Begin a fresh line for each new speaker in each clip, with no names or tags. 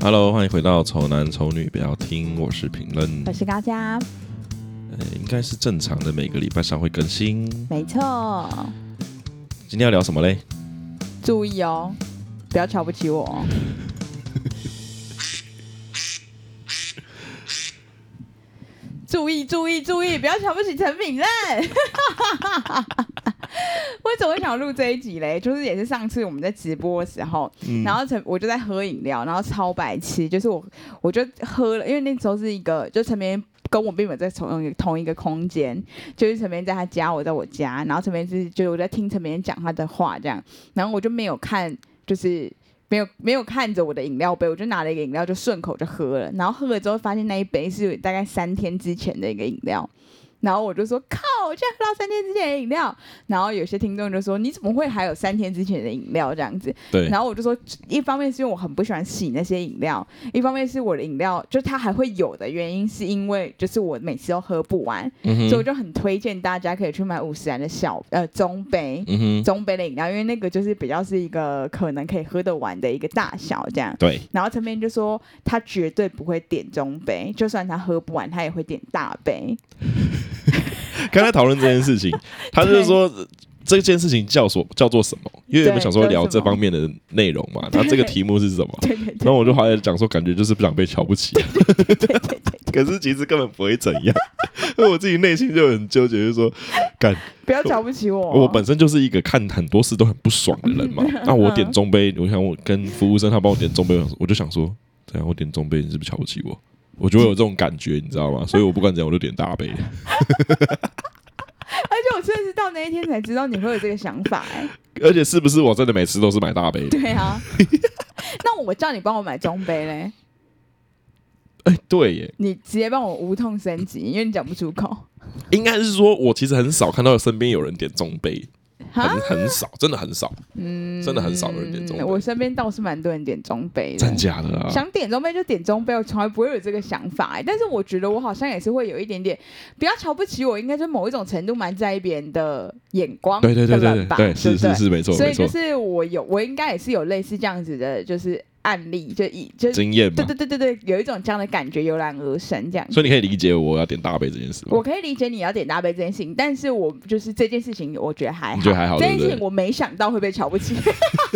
Hello，欢迎回到《丑男丑女》，不要听，我是评论
我，是高嘉，
呃应该是正常的，每个礼拜上会更新。
没错。
今天要聊什么嘞？
注意哦，不要瞧不起我哦。 注意注意注意！不要瞧不起陈品任。 为什么会想录这一集嘞？就是也是上次我们在直播的时候，
嗯
然后陈我就在喝饮料，然后超白痴，就是我我就喝了，因为那时候是一个，就陈明跟我并没有在同一个同一个空间，就是陈明在他家，我在我家，然后陈明是就是我在听陈明讲他的话这样，然后我就没有看，就是。没有没有看着我的饮料杯，我就拿了一个饮料就顺口就喝了，然后喝了之后发现那一杯是大概三天之前的一个饮料，然后我就说靠，我竟然喝到三天之前的饮料，然后有些听众就说你怎么会还有三天之前的饮料这样子，
对，
然后我就说，一方面是因为我很不喜欢洗那些饮料，一方面是我的饮料就它还会有的原因，是因为就是我每次都喝不完，
嗯
所以我
哼，
就很推荐大家可以去买五十元的小呃中杯。
嗯哼，
中杯的饮料，因为那个就是比较是一个可能可以喝得完的一个大小这样。
对，
然后陈明就说他绝对不会点中杯，就算他喝不完，他也会点大杯。
刚才讨论这件事情，他就是说呃这件事情叫所叫做什么？因为我们想说聊这方面的内容 嘛，然后这个题目是什么？
对对
然后我就好像讲说，感觉就是不想被瞧不起，
对对对，
可是其实根本不会怎样。 因为我自己内心就很纠结，就是说，干，
不要瞧不起我。
我本身就是一个看很多事都很不爽的人 嘛。那我点中杯，我想我跟服务生他帮我点中杯，我想说我就想说，怎样我点中杯，你是不是瞧不起我？我就会有这种感觉，你知道吗？所以我不管怎样，我就点大 杯。
而且我真的是到那一天才知道你会有这个想法哎、
而且是不是我真的每次都是买大杯的？
对啊，那我叫你帮我买中杯嘞，
哎，对耶，
你直接帮我无痛升级，因为你讲不出口。
应该是说我其实很少看到身边有人点中杯，很
哈，
很少，真的很少，
啊嗯
真的很少有人点中杯
我身边倒是蛮多人点中杯的
真。假的啊？
想点中杯就点中杯，我从来不会有这个想法、哎但是我觉得我好像也是会有一点点，不要瞧不起我，应该就某一种程度蛮在意别人的眼光
对对对
的
对
人吧，
对，是
不
是是，没错
所
没
以就
错，
是我有，我应该也是有类似这样子的，就是案例，就以就是
经验嘛
对。对对对对，有一种这样的感觉油然而生这样子。
所以你可以理解我要点大杯这件事吗
我？可以理解你要点大杯这件事情，但是我就是这件事情，我觉得还
你
好。
觉得还好
这
对
件
不
事
对啊
情？我没想到会被瞧不起，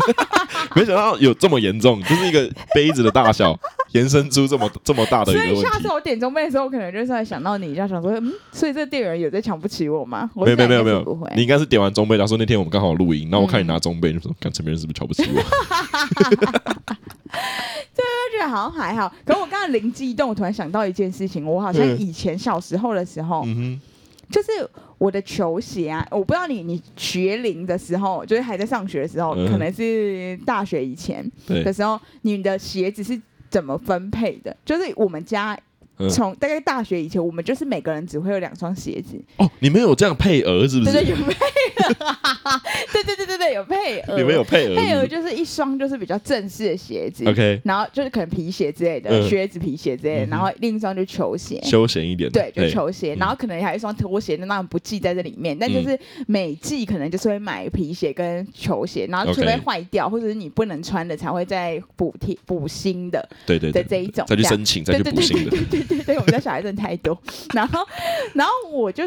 没想到有这么严重，就是一个杯子的大 小延伸出这么这么大的一
所
个
以
问
下
题
次。我点中杯的时候，我可能就是会想到你，就想说，嗯，所以这店员有在瞧不起我吗？我
没有
现
没有
在
没有没
应该是不
有
会，。
你应该是点完中杯，然后说那天我们刚好录音，然后我看你
嗯
拿中杯，你就说看陈别人是不是瞧不起我？
就觉得好像还好。可我刚刚灵机一动，我突然想到一件事情，我好像
嗯
以前小时候的时候，
嗯
就是我的球鞋啊，我不知道你你学龄的时候，就是还在上学的时候，
嗯
可能是大学以前
哼，对
的，时候，哦你的鞋子是怎么分配的？就是我们家
嗯
从大概大学以前，我们就是每个人只会有两双鞋子，
哦，你们有这样配额是不是？
对对，有配额， 对对对对对，有配额，
你们有配额是不是？
配额就是一双就是比较正式的鞋子
OK，
然后就是可能皮鞋之类的，
嗯
靴子、皮鞋之类的，
嗯哼
然后另一双就球鞋。
休闲一点的，
对，就球鞋，
嗯
然后可能还有一双拖鞋，那当然不计在这里面，但就是每季可能就是会买皮鞋跟球鞋，然后除非
OK
坏掉或者是你不能穿的，才会再补贴补新的。
对对
的
对，
这一种，
再去
这样
申请，再去补新的
对。对对对对对对，我们家小孩真的太多。然后，然后我就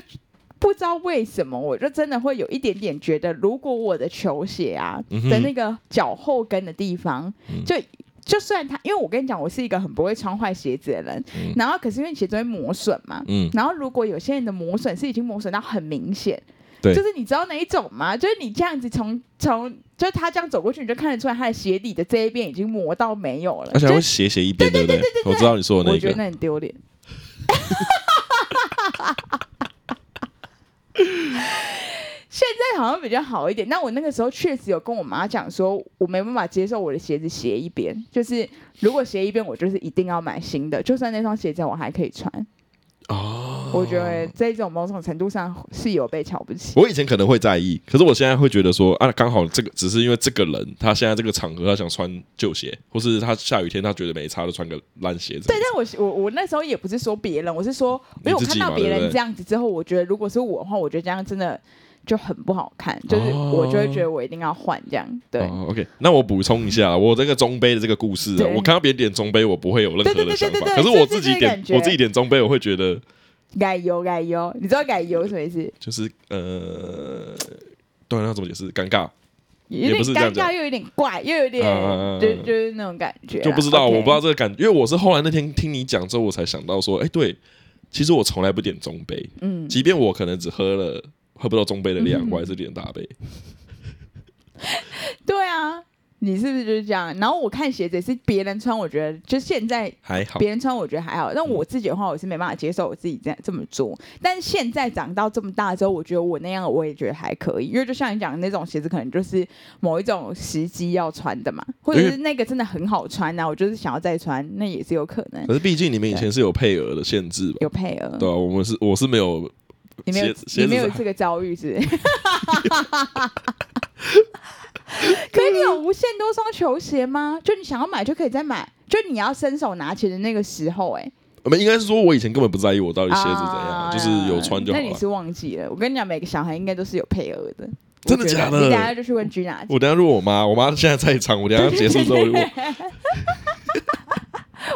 不知道为什么，我就真的会有一点点觉得，如果我的球鞋啊
嗯哼
的那个脚后跟的地方，
嗯
就。就算它，因为我跟你讲，我是一个很不会穿坏鞋子的人，
嗯
然后可是因为鞋子会磨损嘛，
嗯，
然后如果有些人的磨损是已经磨损到很明显，
对
就是你知道哪一种吗？就是你这样子从从就是他这样走过去，你就看得出来他的鞋底的这一边已经磨到没有了，
而且还
就
会斜斜一边，对不对？我知道你说的
我
那
觉得
个，
那很丢脸。 现在好像比较好一点，但我那个时候确实有跟我妈讲说，我没办法接受我的鞋子斜一边，就是如果斜一边，我就是一定要买新的，就算那双鞋子我还可以穿。
哦
我觉得这种某种程度上是有被瞧不起。
我以前可能会在意，可是我现在会觉得说啊，刚好这个只是因为这个人他现在这个场合他想穿旧鞋，或是他下雨天他觉得没差就穿个烂鞋子。
对，但我我我那时候也不是说别人，我是说，因为我
你自
看
己嘛
到别
对不
人
对
这样子之后，我觉得如果是我的话，我觉得这样真的就很不好看，就是我就会觉得我一定要换这样。对，
哦，OK，那我补充一下，我这个中杯的这个故事啊，
对
我看到别人点中杯，我不会有任何
对
的
对对
想
对
法，
对
可
对
是
是
我
这
自己
个
点
感觉
我自己点中杯，我会觉得
改油改油，你知道改油什么意思？
就是呃，对，那怎么解释？尴尬，
有
也
点
不是这样
尴
讲
尬，又有点怪，又有点
嗯嗯嗯嗯
就就是那种感觉啦。啊
就不知道，
OK
我不知道这个感，因为我是后来那天听你讲之后，我才想到说，哎，对，其实我从来不点中杯，
嗯，
即便我可能只喝了喝不到中杯的量，我还是点大杯。
嗯对啊，你是不是就是这样？然后我看鞋子也是别人穿，我觉得就现在
还好，嗯
别人穿我觉得还好，但我自己的话，我是没办法接受我自己这样这么做。但是现在长到这么大之后，我觉得我那样我也觉得还可以，因为就像你讲的那种鞋子，可能就是某一种时机要穿的嘛，或者
因为
是那个真的很好穿啊呐、我就是想要再穿，那也是有可能
可是毕竟你们以前是有配额的限制吧？
有配额。
对啊，我们是我是没有，
你没有
鞋子鞋
你
子
没有
是
这个遭遇是 不是？可以有无限多双球鞋吗？就你想要买就可以再买，就你要伸手拿起的那个时候、哎。
我们应该是说我以前根本不在意我到底鞋子怎样，
啊
就是有穿就好
那你
了。
是忘记了？我跟你讲，每个小孩应该都是有配额的，
真的
我觉得
假的
你等下就去问 Gina 姐。
我等一下如果我妈，我妈现在在场，我等一下结束 之后我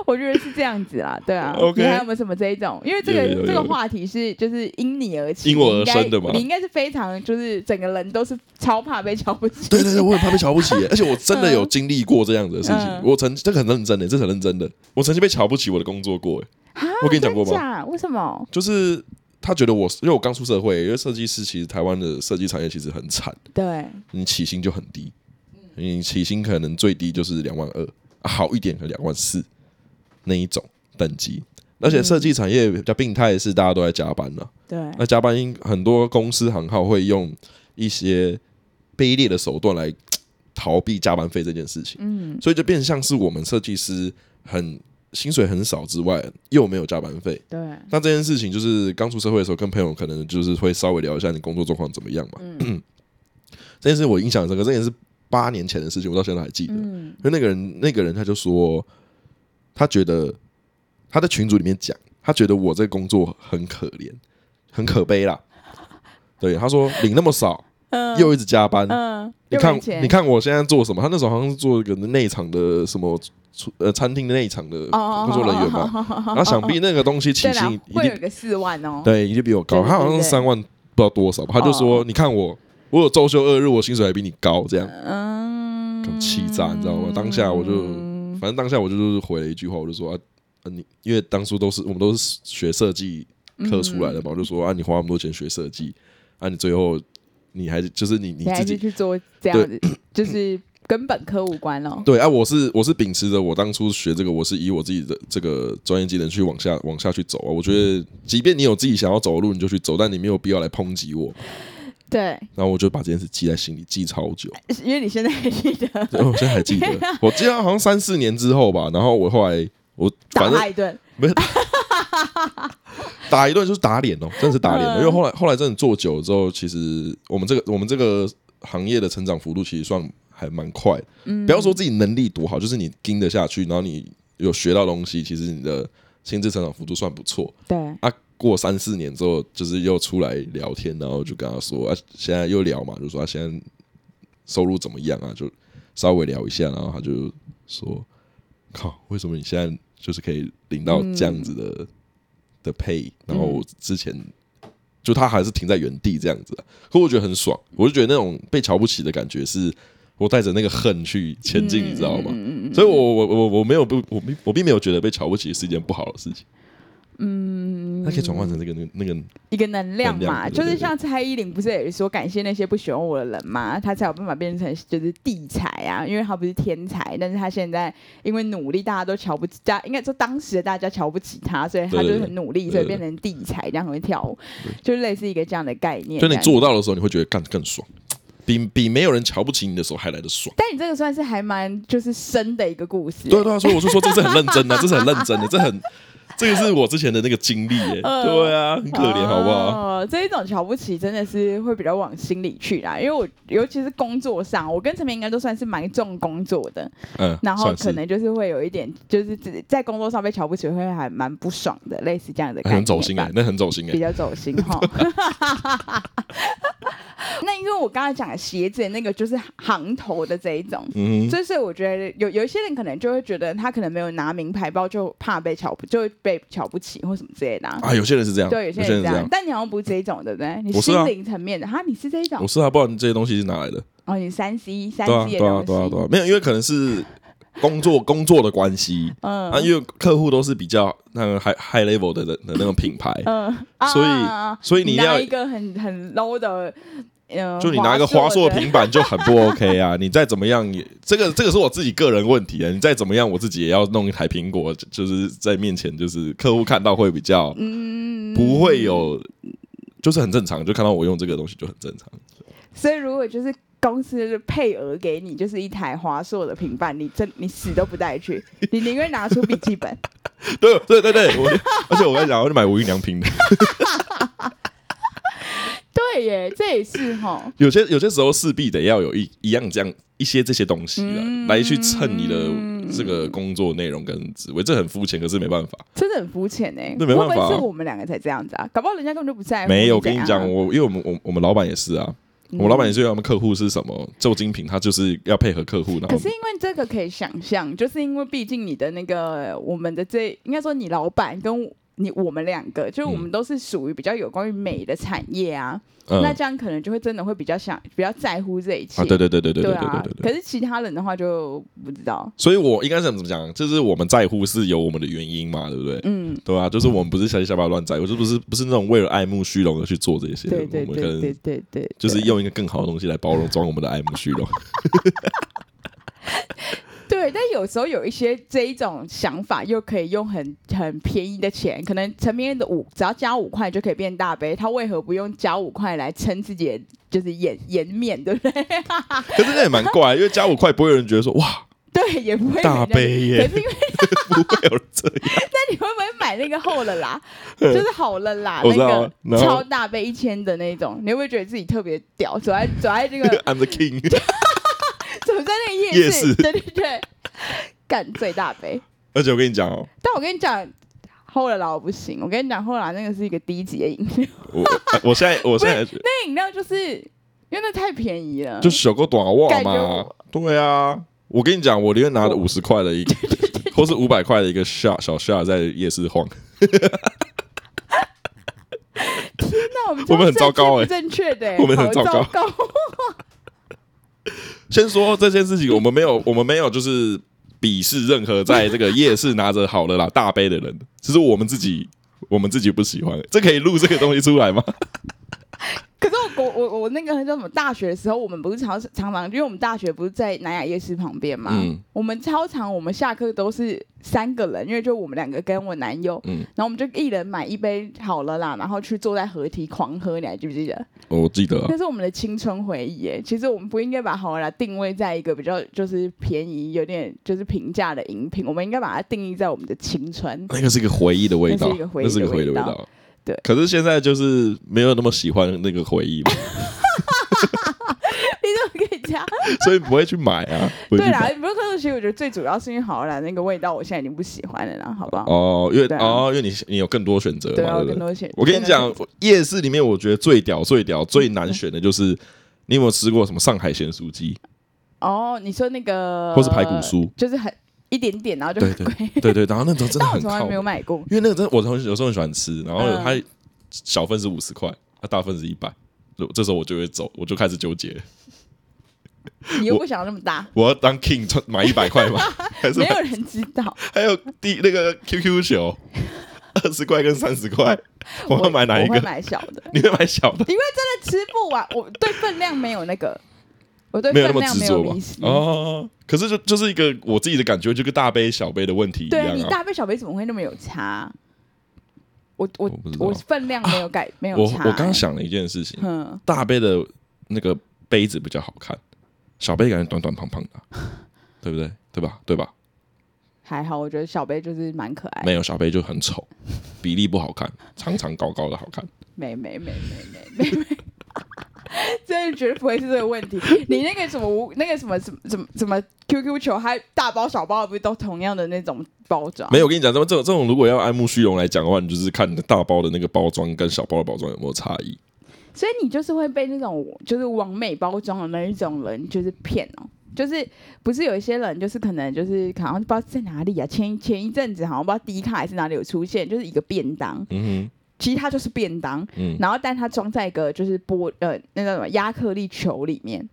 我觉得是这样子啦，对啊。
OK
你还有没有什么这一种？因为这
有有有
个这个
有
话题是就是因你而起，
因我而生的嘛
你应该你应该是非常就是整个人都是超怕被瞧不起。
对对对，我很怕被瞧不起耶，而且我真的有经历过这样子的事情。
嗯
我曾这个很认真的，这是很认真的。我曾经被瞧不起我的工作过耶，
啊
我跟你讲过吗
真假为什么？
就是他觉得我，因为我刚出社会，因为设计师其实台湾的设计产业其实很惨，
对，
你起薪就很低，你起薪可能最低就是两万二、啊好一点可能两万四那一种等级。而且设计产业比较病态的是，大家都在加班呢、
对，
那加班因很多公司行号会用一些卑劣的手段来逃避加班费这件事情，
嗯，
所以就变相是我们设计师很薪水很少之外，又没有加班费。
对，
那这件事情就是刚出社会的时候，跟朋友可能就是会稍微聊一下你工作状况怎么样嘛。
嗯
这件事我印象很深刻，这件是八年前的事情，我到现在还记得。
嗯
因为那个人，那个人他就说，他觉得他在群组里面讲，他觉得我这个工作很可怜，很可悲 啦。对，他说领那么少，
嗯
又一直加班，
嗯，
你
又
看
没钱
你看我现在做什么？他那时候好像是做一个内场的什么出呃餐厅的内场的
哦
工作人员嘛，
嘛
然后想必那个东西起
对啦
薪一
会有
定
一个四万哦。
对一定比我高，
对对哦
他好像是三万不知道多少吧，他就说你看我我有周休二日，我薪水还比你高，这样
嗯
很气炸，你知道吗？当下我就反正当下我就是回了一句话，我就说啊，啊你因为当初都是我们都是学设计课出来的嘛，
嗯
我就说啊，你花那么多钱学设计，啊，你最后你还是就是你你
你还
自
是
己
去做这样子，就是跟本科无关哦咯。
对啊，我是我是秉持着我当初学这个，我是以我自己的这个专业技能去往下往下去走啊。我觉得，即便你有自己想要走的路，你就去走，但你没有必要来抨击我。
对，
然后我就把这件事记在心里，记超 久。
因为你现在还记得
对我现在还记得，
啊
我记得好像三四年之后吧。然后我后来我
打
反正
他一顿，
打一顿就是打脸哦，真的是打脸哦。
嗯
因为后来后来真的做久了之后，其实我们这个我们这个行业的成长幅度其实算还蛮快的。
嗯
不要说自己能力多好，就是你盯得下去，然后你有学到东西，其实你的心智成长幅度算不错
对，
啊。过三四年之后，就是又出来聊天，然后就跟他说啊，现在又聊嘛，就说啊，现在收入怎么样啊？就稍微聊一下，然后他就说，靠，为什么你现在就是可以领到这样子的、的配？然后我之前就他还是停在原地这样子、啊，可我觉得很爽，我就觉得那种被瞧不起的感觉是。我带着那个恨去前进，你知道吗？所以我，我我我我没有不我并我并没有觉得被瞧不起是一件不好的事情。嗯，它可以转换成这个那个那个
一个能量
能
嘛，
量对
就
对
是
对
像蔡依林不是也说感谢那些不喜欢我的人嘛，她才有办法变成就是地才啊，因为她不是天才，但是她现在因为努力，大家都瞧不起，大家应该说当时的大家瞧不起她，所以她
对对
就是
对
很努力，
对
所以
对
变成地才，这样很会跳舞，就类似一个这样的概念。
就你
这样
做到的时候，你会觉得干更爽，比比没有人瞧不起你的时候还来得爽。
但你这个算是还蛮就是深的一个故事、
对啊对啊，所以我是说这是很认 真的，啊这是很认真的，这很这个是我之前的那个经历耶。
嗯
对啊，很可怜，好不好？
哦，这一种瞧不起真的是会比较往心里去啦，因为我尤其是工作上，我跟陈明应该都算是蛮重工作的，
嗯，
然后
算是
可能就是会有一点，就是自己在工作上被瞧不起，会还蛮不爽的，类似这样的
哎
感觉。
很走心哎，那很走心
比
哎。
较走心哈。 那因为我刚才讲的鞋子的那个就是行头的这一种，
嗯哼，
所以所以我觉得有有一些人可能就会觉得他可能没有拿名牌包就怕被瞧不，就会被瞧不起或什么之类的啊、
啊，有些人是这样，
对，有些
些人
人
是
这
这
样
样，，
但你好像不是这一种，对不对？你
我是啊
心灵层面的哈，你是这一种
我是啊，不然这些东西是哪来的？
哦，你三 C 三
对啊，
C
对
的
啊，
东
对啊，对
西，
啊，没有，因为可能是工作工作的关系
嗯
啊，因为客户都是比较那个 high high level 的人的那种品牌，
嗯，啊
所以
啊啊啊
所以你
你拿
要
一个很很 low 的，嗯，
就你拿一个花硕 平板就很不 OK 啊！你再怎么样也，这个这个是我自己个人问题啊！你再怎么样，我自己也要弄一台苹果，就就是在面前，就是客户看到会比较
嗯，
不会有，就是很正常，就看到我用这个东西就很正常。
所以如果就是公司配额给你就是一台华硕的平板，你真你死都不带去，你宁愿拿出笔记本。
对对对对，我而且我跟你讲，我就买无印良品的。
对耶，这也是哈。
有些有些时候势必得要有一一样这样一些这些东西啊，
嗯
来去蹭你的这个工作内容跟职位，这很肤浅，可是没办法。
真的很肤浅哎，
那没办法啊
会不会是我们两个才这样子啊？搞不好人家根本就不在乎。
没有，我跟你
怎样
讲，
啊，
我因为我们我我们老板也是啊，
嗯
我老板也是要他们客户是什么旧精品，他就是要配合客户，然
可
后
是因为这个可以想象，就是因为毕竟你的那个我们的这应该说你老板跟你我们两个，就是我们都是属于比较有关于美的产业啊，
嗯
那这样可能就会真的会比较想比较在乎这一切。
啊，对对对对对对对
啊
对对，对。
可是其他人的话就不知道。
所以我应该是怎么讲，就是我们在乎是有我们的原因嘛，对不对？
嗯，
对啊，就是我们不是瞎七瞎八乱在乎，就不是不是那种为了爱慕虚荣而去做这些，
对对
我们可
对对
能
对对，
就是用一个更好的东西来包容装我们的爱慕虚荣。
对，但有时候有一些这一种想法，又可以用很很便宜的钱，可能陈明恩的五只要加五块就可以变大杯，他为何不用加五块来撑自己的就是颜颜面，对不对？
可是那也蛮怪，因为加五块不会有人觉得说哇
对，也不会
大杯
可
耶，
是因 为
不会 有人这样。
那你会不会买那个厚 了啦，就是好了啦，
哎我知道
那个
然后
超大杯一千的那种，你会不会觉得自己特别屌？走在走在 这个
I'm the king，
走在那个
夜市
对对对，干最大杯。
而且我跟你讲哦，
但我跟你讲，后来老我不行。我跟你讲，后来那个是一个低级的饮料，
我 我现在我现在
那饮料就是因为那太便宜了，
就是小个短袜
感觉
嘛
我，
对啊，我跟你讲，我宁愿拿了五十块的一 个，或是五百块的一个下小下在夜市晃，
那我们
我们很糟糕
哎、
欸
正确的欸、
我们很
好
糟糕
糟糕。
先说这件事情，我们没有，我 们没有就是鄙视任何在这个夜市拿着好的啦 大杯的人，只是我们自己，我们自己不喜欢。这可以录这个东西出来 吗？
可是我我我我那个叫什么大学的时候，我们不是常常常，因为我们大学不是在南雅夜市旁边嘛，
嗯
我们超常我们下课都是三个人，因为就我们两个跟我男友，
嗯
然后我们就一人买一杯好了啦，然后去坐在合体狂喝，你还记不记得？
我记得、啊，
那是我们的青春回忆耶。其实我们不应该把好啦定位在一个比较就是便宜、有点就是平价的饮品，我们应该把它定义在我们的 青春。
那个是一个回忆的味道
那是一个，回忆
那
的
是一个回忆的味
味
道。
对
可是现在就是没有那么喜欢那个回忆嘛，
你怎么可以这样？
所以不会去买啊，不会
对
去
啦
买。，
不过可是其实我觉得最主要是因为好啦那个味道，我现在已经不喜欢了啦，好不好？
哦，因为、
对啊
哦，因为你你有更多选择
对啊，
嘛，
我
对不
更
对？
多选。
我跟你讲，夜市里面我觉得最屌、最屌、最难选的就是，你有没有吃过什么上海咸酥鸡，
哦，你说那个
或是排骨，酥？
就是很一点点，然后就
对
很贵。
对对，然后那种真的
但我
很
从来
靠
没，有买过，
因为那个真的我同学有时候很喜欢吃，然后
嗯
它小份是五十块，它大份是一百，这这时候我就会走，我就开始纠结，
你又不想要那 么大，
我要当 king 穿买一百块 吗？还是
没
买
有人知道。
还有第那个 QQ 球，二十块跟三十块，我要买 哪一
我会
个？
买小的。
你会买小的？
因为真的吃不完，我对分量没有那个，我 对
没有
分
那么
量
执
没
着
有
吧
迷失。？
哦，可是就就是一个我自己的感觉，就跟大杯小杯的问题一样
对
啊。
你大杯小杯怎么会那么有差？我
我
我
不知道
我分量没有改，没有
我
差、欸
我刚，想了一件事情，
嗯，
大杯的那个杯子比较好看，小杯感觉短短胖胖的啊， 对不对？对吧？对吧？
还好，我觉得小杯就是蛮可爱的。
没有小杯就很丑，比例不好看，长长高高的好看。
没没没没没没没， 真的绝对不会是这个问题。你那个什么无那个什么什么什么什么 QQ 球，还大包小包，不是都同样的那种包装？
没有，我跟你讲，这么这种这种如果要爱慕虚荣来讲的话，你就是看大包的那个包装跟小包的包装有没有差异。
所以你就是会被那种就是完美包装的那一种人就是骗哦。就是不是有一些人，就是可能就是好像不知道在哪里啊，前前一阵子好像不知道迪卡还是哪里有出现，就是一个便当，
嗯
其实它就是便当，
哼，嗯，
然后但它装在一个就是玻呃那叫什么亚克力球里面，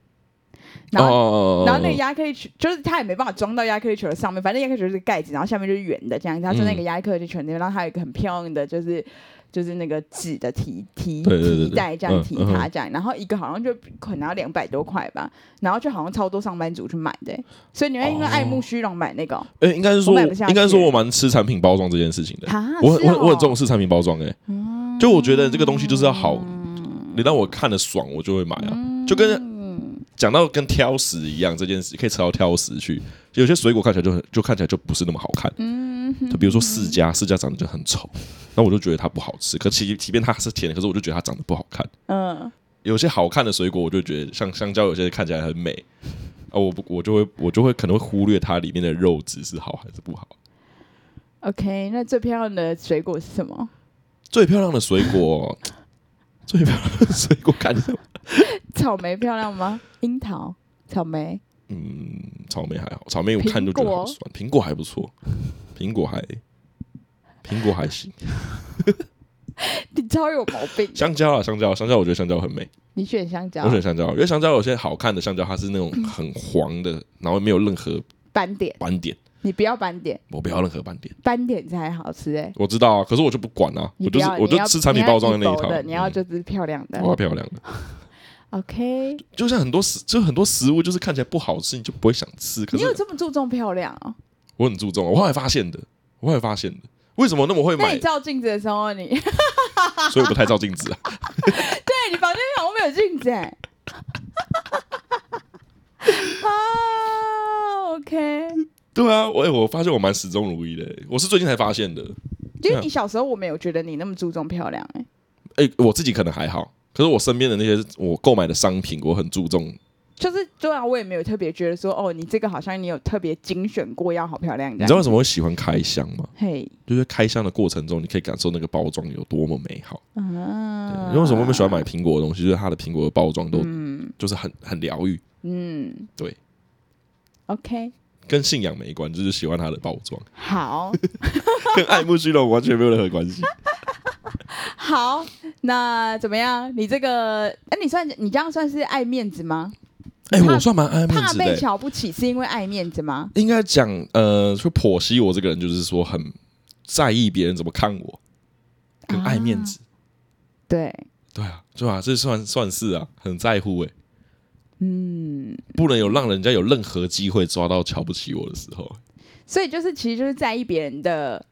然
哦
后、
哦哦，
然后那个
个
亚克力球就是它也没办法装到亚克力球的上面，反正亚克力球就是盖子，然后下面就是圆的这样子，它
嗯
装在一个亚克力球里面，然后还有一个很漂亮的就是。就是那个纸的提提
对对对对
提袋这样
嗯
提
嗯哼
它这样，然后一个好像就可能要两百多块吧，然后就好像超多上班族去买的、所以你会因为爱慕虚荣买那个哦
哎，应该是说
我
我，
买不下去
应该说我蛮吃产品包装这件事情的。
啊？
呃我很
是
我
哦嗯
很我很重视产品包装，哎，就我觉得这个东西就是要好，你让我看得爽，我就会买啊。
嗯
就跟讲到跟挑食一样，这件事可以扯到挑食去。有些水果看起来就很就看起来就不是那么好看，
嗯，
就比如说释迦，释迦长得就很丑，那我就觉得它不好吃。可其即便它是甜的，可是我就觉得它长得不好看。
嗯，
有些好看的水果，我就觉得像香蕉，有些看起来很美啊，我不我就会我就会可能会忽略它里面的肉质是好还是不好。
OK，那最漂亮的水果是什么？
最漂亮的水果， 最漂亮的水果看起来，
草莓漂亮吗？樱桃、草莓、
嗯，草莓还好，草莓我看就觉得好酸，苹果还不错，苹果还苹果还行，
你超有毛病。
香蕉啊，香蕉，香蕉我觉得香蕉很美，
你选香蕉
我选香蕉，因为香蕉有些好看的香蕉，它是那种
嗯
很黄的，然后没有任何
斑点，
斑点，
你不要斑点，
我不要任何斑点。
斑点才好吃哎、
我知道啊，可是我就不管啊，
你
我
不
就是
要，
我
你
就
要
吃产品包装的那一
你要
套
一包的，你要
嗯
就是漂亮的。
我要漂亮的，
OK，
就像很多食，就很多食物就是看起来不好吃，你就不会想吃。可
你
是
有这么注重漂亮哦？
我很注重，啊我后来发现的，我后来发现的，为什么那么会
那
买
你？照镜子的时候，你 对
所以我不太照镜子啊。
你房间好像没有镜子哎、 啊，OK，
对啊，我、哎我发现我蛮始终如一的、我是最近才发现的。
因为你小时候我没有觉得你那么注重漂亮哎、
哎、我自己可能还好，可是我身边的那些我购买的商品，我很注重。
就是对啊，我也没有特别觉得说哦，你这个好像你有特别精选过要好漂亮这
你知道
样。
为什么会喜欢开箱吗？
嘿，
就是开箱的过程中，你可以感受那个包装有多么美好。对
啊
因为为什么我们喜欢买苹果的东西，就是它的苹果的包装都
嗯
就是很很疗愈，
嗯，
对
，OK，
跟信仰没关，就是喜欢它的包装，
好
跟爱慕虚荣完全没有任何关系。
好，那怎么样？你这个，哎、你算你这样算是爱面子吗？
哎、
怕
我算蛮爱面
怕
子的、欸
被瞧不起是因为爱面子吗？
应该讲呃，就剖析我这个人，就是说很在意别人怎么看我，跟爱面子。
啊对，
对啊，对啊，这算算是啊，很在乎哎、
嗯，
不能有让人家有任何机会抓到瞧不起我的时候。
所以就是其实就是在意别人的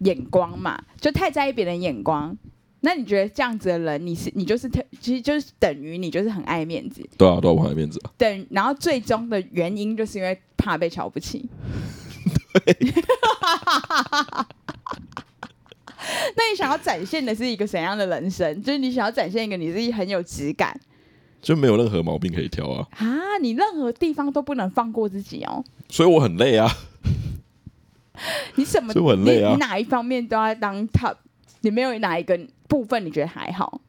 眼光嘛，就太在意别人眼光。那你觉得这样子的人，你是你就是特，其实就是等于你就是很爱面子，
对啊，对啊，我很爱面子啊。
等然后最终的原因就是因为怕被瞧不起。 对。那你想要展现的是一个怎样的人生？就是你想要展现一个你自己很有质感
就没有任何毛病可以挑啊，
啊，你任何地方都不能放过自己哦。
所以我很累啊，
你什么？
所以我很累啊
你你哪一方面都要当 top，你没有哪一个部分你觉得还好？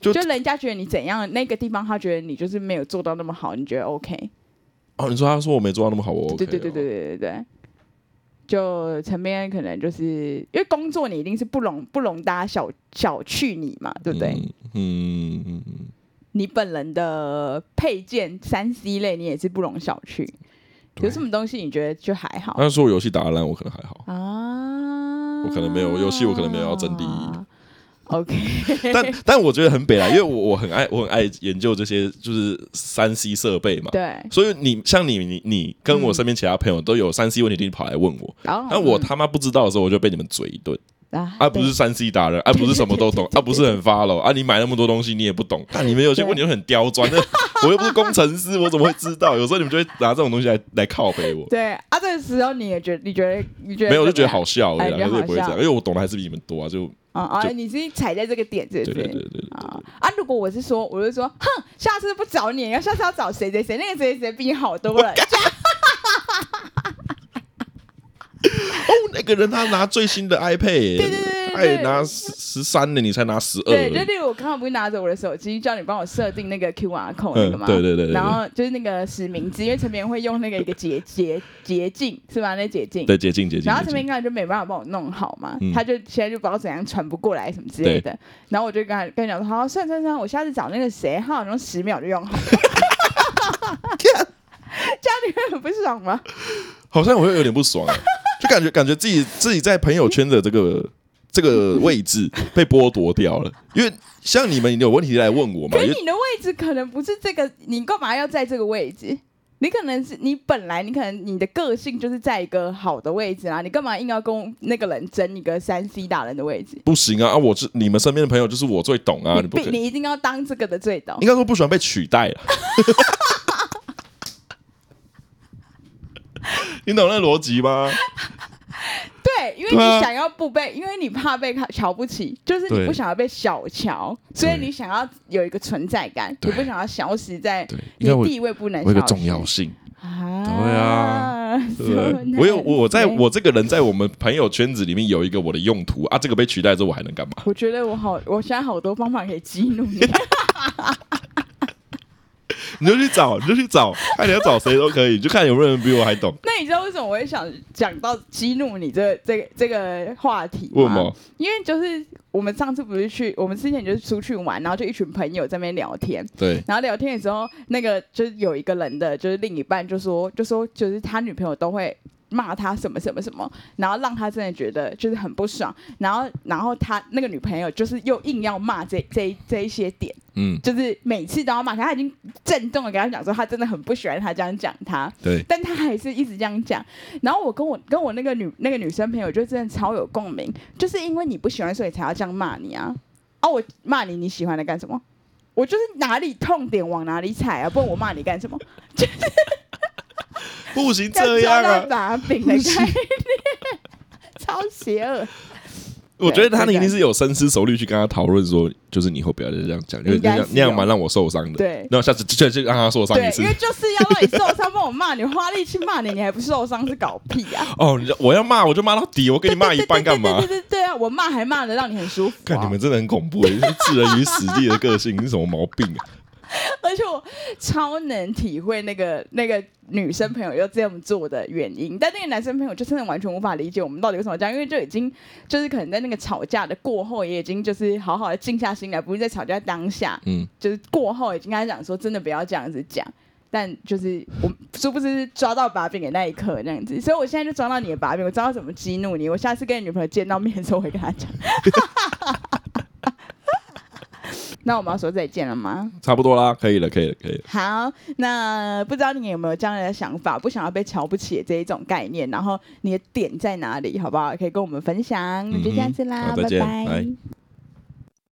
就
就人家觉得你怎样，那个地方他觉得你就是没有做到那么好，你觉得 OK？
哦，你说他说我没做到那么好，我 OK，、啊哦
对对对对，对对对。就层面可能就是因为工作，你一定是不容不容大家小小觑你嘛，对不对？
嗯？嗯嗯嗯，
你本人的配件三 C 类，你也是不容小觑。
对
有什么东西你觉得就还好
但是说我游戏打得烂，我可能还 好，
啊？
呃我可能没有游戏我可能没有要争第一。
OK，
但但我觉得很北啦，因为我我很爱我很爱研究这些就是三 C 设备嘛。
对，
所以你像你你你跟我身边其他朋友都有三 C 问题，你跑来问我，
然后
那我
嗯
他妈不知道的时候，我就被你们嘴一顿。
啊
啊，不是三 C 达人，啊，不是什么都 懂，啊，不是很 follow，啊，你买那么多东西你也不懂，啊但你们有些问题都很刁 钻，那我又不是工程师，我怎么会知道？有时候你们就会拿这种东西来来靠背我，
对啊，这个时候你也觉得，你觉得你觉得
没有我就觉
怎
得
么样
好笑而已啦，
哎
可是也
你觉得
不会这
好
样，
笑
因为我懂的还是比你们多啊，就
啊啊！
就
你是踩在这个点，是不
对对
是？
对对对，
啊啊！如果我是说，我就说，哼，下次不找你，要下次要找谁谁谁，那个谁谁谁比你好多了。
哦，那个人他拿最新的 iPad，耶
对对对对对
他也拿十十三了，你才拿十二
对，就
了，
例如我刚刚不是拿着我的手机叫你帮我设定那个 QR code 那个吗？
嗯对对对对
然后就是那个实名制，因为陈明会用那个一个捷捷捷径是吧？那捷径。
对，捷径捷径
然后，陈
捷
明
径
刚才就没办法帮我弄好嘛，
嗯
他就现在就不知道怎样传不过来什么之类的。然后我就跟他跟他讲说，好，算算算，我下次找那个谁，他好像十秒就用好了。 这样你会很不爽吗？
好像我会有点不爽 啊，就感觉感觉自己自己在朋友圈的这个这个位置被剥夺掉了，因为像你们有问题来问我嘛，
可
因
是
为
你的位置可能不是这个，你干嘛要在这个位置？你可能是你本来你可能你的个性就是在一个好的位置啊，你干嘛硬要跟那个人争一个三 C 大人的位置？
不行啊啊，我是你们身边的朋友就是我最懂啊，你
你
不
必
可以
你哦一定要当这个的最懂
应。该说不喜欢被取代 了。你懂那逻辑吗？
对，因为
对啊
你想要不被，因为你怕被看瞧不起，就是你
对
不想要被小瞧，所以
对
你想要有一个存在感，你
对
不想要消失在
对，应
你
该我
地位不能
我有个
消
重
失
要性，
啊，
对啊，
这
对不
么
对？我有
难
我在
听
我这个人在我们朋友圈子里面有一个我的用途啊，这个被取代之后我还能干嘛？
我觉得我好，我现在好多方法可以激怒你。
你就去找，你就去找，看你要找谁都可以，你就看有没有人比我还懂。
那你知道为什么我会想讲到激怒你这这个这个话题吗？
为什么？
因为就是我们上次不是去，我们之前就是出去玩，然后就一群朋友在那边聊天，
对，
然后聊天的时候，那个就是有一个人的，就是另一半就说，就说就是他女朋友都会骂他什么什么什么，然后让他真的觉得就是很不爽，然后然后他那个女朋友就是又硬要骂这这这一些点，
嗯，
就是每次都要骂他，他已经震动的跟他讲说，他真的很不喜欢他这样讲他，
对，
但他还是一直这样讲。然后我跟我跟我那个女那个女生朋友就真的超有共鸣，就是因为你不喜欢，所以才要这样骂你啊！啊，我骂你，你喜欢的干什么？我就是哪里痛点往哪里踩啊！不然我骂你干什么？
不行这样
要抓到
啊！
把柄的概念，超邪恶。
我觉得他
对
一定是有深思熟虑去跟他讨论说，就是你以后不要再这样讲，因为
应
那
该是
样那样
有
蛮让我受伤的。
对
那我下次就就就让他受伤一
对，
次
因。为就是要让你受伤，帮我骂你，花力气骂你，你还不受伤是搞屁啊！
哦，你知道我要骂我就骂到底，我给你骂一半干嘛
对？对对对对对啊！我骂还骂的让你很舒服、啊。
看你们真的很恐怖，你是置人于死地的个性，你是什么毛病啊？
而且我超能体会那个那个女生朋友要这样做的原因，但那个男生朋友就真的完全无法理解我们到底为什么这样，因为就已经就是可能在那个吵架的过后，也已经就是好好的静下心来，不是在吵架当下，
嗯，
就是过后已经跟他讲说真的不要这样子讲。但就是我殊不知抓到把柄的那一刻那样子，所以我现在就抓到你的把柄，我知道怎么激怒你。我下次跟你女朋友见到面的时候，我会跟她讲。 那我们要说再见了吗？
差不多啦，可以了，可以了，可以了。
好，那不知道你有没有这样的想法，不想要被瞧不起的这一种概念，然后你的点在哪里，好不好？可以跟我们分享。那就这样子啦，
好再见
拜
拜
拜